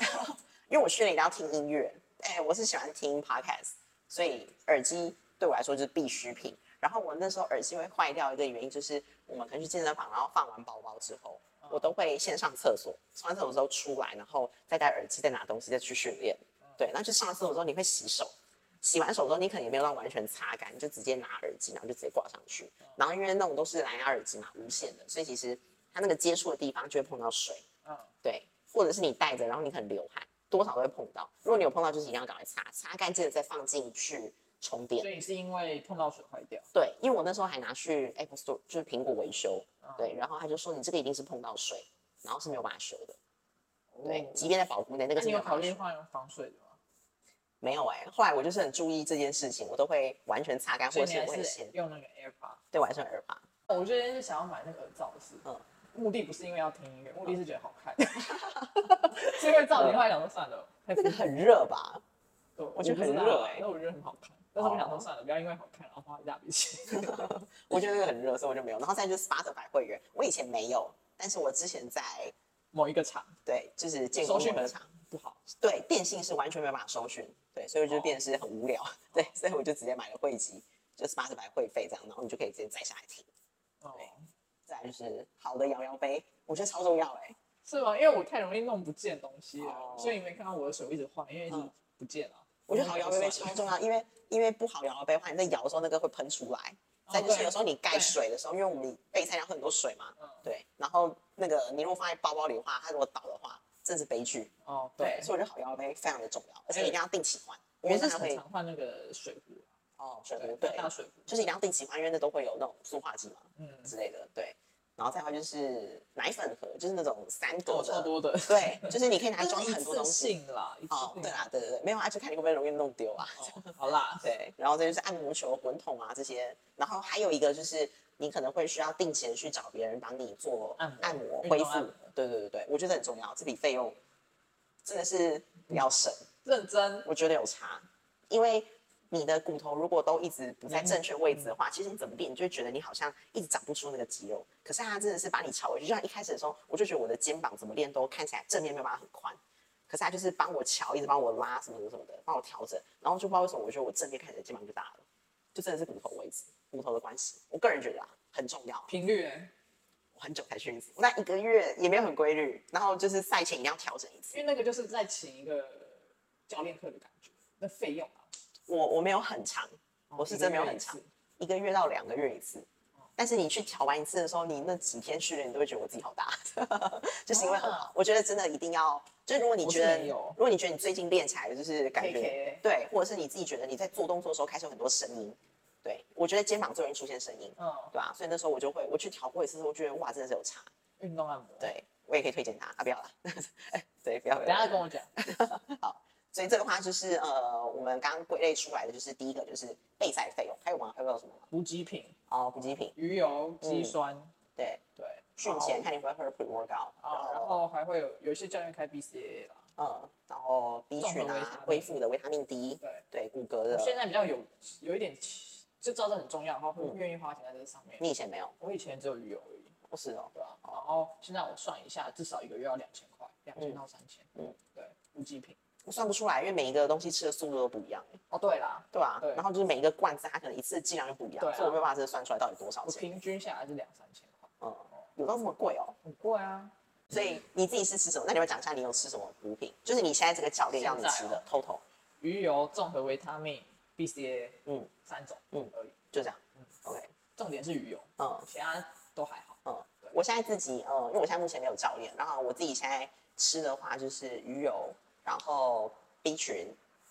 Speaker 1: 因为我训练一定要听音乐，哎、我是喜欢听 podcast，所以耳机对我来说就是必需品。然后我那时候耳机会坏掉一个原因就是，我们可能去健身房，然后放完包包之后，我都会先上厕所，上完厕所之后出来，然后再戴耳机，再拿东西再去训练。对，那就上完厕所之后你会洗手，洗完手之后你可能也没有到完全擦干，你就直接拿耳机，然后就直接挂上去。然后因为那种都是蓝牙耳机嘛，无线的，所以其实它那个接触的地方就会碰到水。
Speaker 2: 嗯，
Speaker 1: 对，或者是你戴着，然后你可能流汗，多少都会碰到。如果你有碰到，就是一定要赶快擦，擦干净了再放进去充电
Speaker 2: 所。以是因为碰到水坏掉，
Speaker 1: 对，因为我那时候还拿去 Apple Store，就是苹果维修，
Speaker 2: 嗯
Speaker 1: 对，然后他就说你这个一定是碰到水，然后是没有办法修的。对，
Speaker 2: 哦
Speaker 1: 即便在保护内，那
Speaker 2: 那
Speaker 1: 个是
Speaker 2: 你
Speaker 1: 没
Speaker 2: 有
Speaker 1: 有办
Speaker 2: 考
Speaker 1: 法
Speaker 2: 虑
Speaker 1: 修。
Speaker 2: 换防水的吗？
Speaker 1: 没有哎、后来我就是很注意这件事情，我都会完全擦干，
Speaker 2: 所
Speaker 1: 或
Speaker 2: 以
Speaker 1: 者是
Speaker 2: 你还
Speaker 1: 啊我会
Speaker 2: 是
Speaker 1: 先
Speaker 2: 用那个 AirPod。
Speaker 1: 对晚上耳环。
Speaker 2: 我最近是想要买那个耳罩式，
Speaker 1: 嗯
Speaker 2: 目的不是因为要听音乐，目的是觉得好看， 是因为造型后来想说算了，太
Speaker 1: 嗯那
Speaker 2: 肤
Speaker 1: 个
Speaker 2: 浅
Speaker 1: 很热吧？
Speaker 2: 对，
Speaker 1: 我觉得很
Speaker 2: 不知道
Speaker 1: 热
Speaker 2: 欸
Speaker 1: 欸
Speaker 2: 那我觉得很好看，但是我想
Speaker 1: 哦
Speaker 2: 说算了，不要因为好看然后花一大笔钱。
Speaker 1: 我觉得那个很热，所以我就没有。然后再就是 Spotify 会员，我以前没有，但是我之前在
Speaker 2: 某一个厂
Speaker 1: 对就是建
Speaker 2: 搜
Speaker 1: 工
Speaker 2: 寻
Speaker 1: 合场。
Speaker 2: 不好，
Speaker 1: 对，电信是完全没有办法搜寻，对，所以我就
Speaker 2: 哦
Speaker 1: 变得是很无聊， 对，所以我就直接买了汇集，就是八十百会费这样，然后你就可以直接载下来听。
Speaker 2: 哦，
Speaker 1: 再来就是好的摇摇杯，我觉得超重要哎、
Speaker 2: 是吗？因为我太容易弄不见东西
Speaker 1: 哦
Speaker 2: 了，所以你没看到我的手一直换，因为一直
Speaker 1: 嗯
Speaker 2: 不见了。
Speaker 1: 我觉得好摇摇杯超重要，因为因为不好摇摇杯的话，你在摇的时候那个会喷出来。再就是有时候你盖
Speaker 2: 哦对
Speaker 1: 水的时候，因为我们备菜要喝很多水嘛，
Speaker 2: 嗯
Speaker 1: 对，然后那个你如果放在包包里的话，它如果倒的话，真是悲剧。
Speaker 2: 哦，
Speaker 1: 对
Speaker 2: 对，，
Speaker 1: 所以我觉得好摇摇杯非常的重要，而且
Speaker 2: 哎
Speaker 1: 一定要定期换，因
Speaker 2: 我
Speaker 1: 为
Speaker 2: 是
Speaker 1: 它
Speaker 2: 很
Speaker 1: 会
Speaker 2: 常换那个水壶，
Speaker 1: 哦，水壶对，
Speaker 2: 大水壶，
Speaker 1: 就是一定要定期换，因为那都会有那种塑化剂嘛。
Speaker 2: 嗯，
Speaker 1: 之类的，对。然后再来就是奶粉盒，就是那种三
Speaker 2: 哦
Speaker 1: 个
Speaker 2: 超
Speaker 1: 的，
Speaker 2: 多的，
Speaker 1: 对，就是你可以拿
Speaker 2: 但
Speaker 1: 来
Speaker 2: 是
Speaker 1: 装
Speaker 2: 一
Speaker 1: 很多
Speaker 2: 次
Speaker 1: 东西。
Speaker 2: 性 啦，一次
Speaker 1: 哦，
Speaker 2: 性
Speaker 1: 对啦，对对对，没有啊，就看你会不会容易弄丢啊。
Speaker 2: 哦好啦，
Speaker 1: 对，然后再就是按摩球、滚筒啊这些，然后还有一个就是你可能会需要定期的去找别人帮你做
Speaker 2: 按摩
Speaker 1: 按摩
Speaker 2: 运动
Speaker 1: 恢复
Speaker 2: 按摩，
Speaker 1: 对对对对，我觉得很重要，这笔费用真的是不要省，
Speaker 2: 认真，
Speaker 1: 我觉得有差，因为你的骨头如果都一直不在
Speaker 2: 嗯
Speaker 1: 正确位置的话，其实你怎么练，你就会觉得你好像一直长不出那个肌肉。可是它真的是把你调回去，就像一开始的时候，我就觉得我的肩膀怎么练都看起来正面没有办法很宽，可是它就是帮我调，一直帮我拉什么什么什么的，帮我调整，然后就不知道为什么，我觉得我正面看起来肩膀就大了，就真的是骨头位置、骨头的关系。我个人觉得啊，很重要。
Speaker 2: 频率欸，
Speaker 1: 我很久才去一次，那一个月也没有很规律，然后就是赛前一定要调整一次
Speaker 2: 因。为那个就是在请一个教练课的感觉，那费用啊，
Speaker 1: 我我没有很长，我是真没有很长
Speaker 2: 长，，
Speaker 1: 一个月到两个月一次。但是你去调完一次的时候，你那几天训练，你都会觉得我自己好大， 就是因为很好。我觉得真的一定要，就是如果你
Speaker 2: 啊我是
Speaker 1: 觉得，
Speaker 2: 没有
Speaker 1: 如果你觉得你最近练起来就是感觉
Speaker 2: KK
Speaker 1: 对，或者是你自己觉得你在做动作的时候开始有很多声音，对我觉得肩膀最容易出现声音，
Speaker 2: 嗯，
Speaker 1: 对啊，所以那时候我就会我去调过一次，我觉得哇，真的是有差。
Speaker 2: 运动按摩，，
Speaker 1: 对我也可以推荐他啊，不要啦，哎对，不要。不要
Speaker 2: 等一下再跟我讲，
Speaker 1: 所以这个话就是呃，我们刚刚归类出来的就是第一个就是备赛费用，还有吗？还有没有什么？
Speaker 2: 补给品，
Speaker 1: 哦，补给品，
Speaker 2: 鱼油、肌酸，
Speaker 1: 对，
Speaker 2: 对，
Speaker 1: 训
Speaker 2: 哦
Speaker 1: 前看你会不会喝 pre workout，
Speaker 2: 啊，然后还会有有一些教练开 BCA 啦，
Speaker 1: 嗯，然后 B 群
Speaker 2: 哦综合维他
Speaker 1: 啊
Speaker 2: 命，
Speaker 1: 恢复的维他命 D，
Speaker 2: 对，
Speaker 1: 对，骨骼
Speaker 2: 我现
Speaker 1: 的，
Speaker 2: 在比较有有一点就知道这很重要，然后会愿意花钱在这上面。
Speaker 1: 你以前没有？
Speaker 2: 我以前只有鱼油而已，
Speaker 1: 不是哦，
Speaker 2: 对吧、然后现在我算一下，至少一个月要两千块，两千到三千。
Speaker 1: 嗯
Speaker 2: 嗯，对，补给品。
Speaker 1: 我算不出来，因为每一个东西吃的速度都不一样，欸
Speaker 2: 哦，对啦，
Speaker 1: 对吧？
Speaker 2: 对
Speaker 1: 然后就是每一个罐子它可能一次的剂量又不一样
Speaker 2: 对，啊
Speaker 1: 所以我没有办法真的算出来到底多少
Speaker 2: 我
Speaker 1: 钱。
Speaker 2: 平均下来是两三千块，
Speaker 1: 嗯，有到这么贵哦？
Speaker 2: 很贵啊。
Speaker 1: 所以你自己是吃什么？那你会讲一下你有吃什么补品？就是你现在这个教练让你吃
Speaker 2: 现在
Speaker 1: 的
Speaker 2: 哦
Speaker 1: ，total
Speaker 2: 鱼油、综合维他命、BCA，
Speaker 1: 嗯
Speaker 2: 嗯，三种，
Speaker 1: 嗯
Speaker 2: 嗯而已。嗯
Speaker 1: 就这样。OK，
Speaker 2: 重点是鱼油，
Speaker 1: 嗯。
Speaker 2: 其他都还好。
Speaker 1: 嗯，我现在自己，嗯，因为我现在目前没有教练，然后我自己现在吃的话就是鱼油，然后 B 群，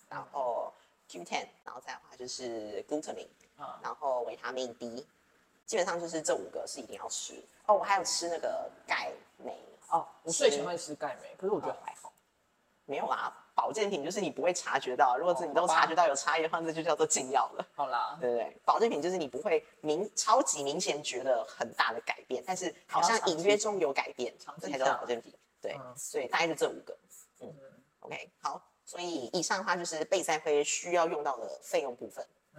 Speaker 1: 然后 Q10，然后再的话就是 glutamine，
Speaker 2: 啊
Speaker 1: 然后维他命 D，基本上就是这五个是一定要吃。哦，我还有吃那个钙镁，
Speaker 2: 哦，我睡前会吃钙镁，可是我觉得还好。
Speaker 1: 没有啊，保健品就是你不会察觉到，如果是你都
Speaker 2: 好吧
Speaker 1: 察觉到有差异的话，那就叫做禁药了。
Speaker 2: 好啦，
Speaker 1: 对不对？保健品就是你不会明超级明显觉得很大的改变，但是好像隐约中有改变，这嗯才叫做保健品。对，
Speaker 2: 嗯
Speaker 1: 所以大概就这五个。嗯，OK，好。所以以上的话就是备赛会需要用到的费用部分。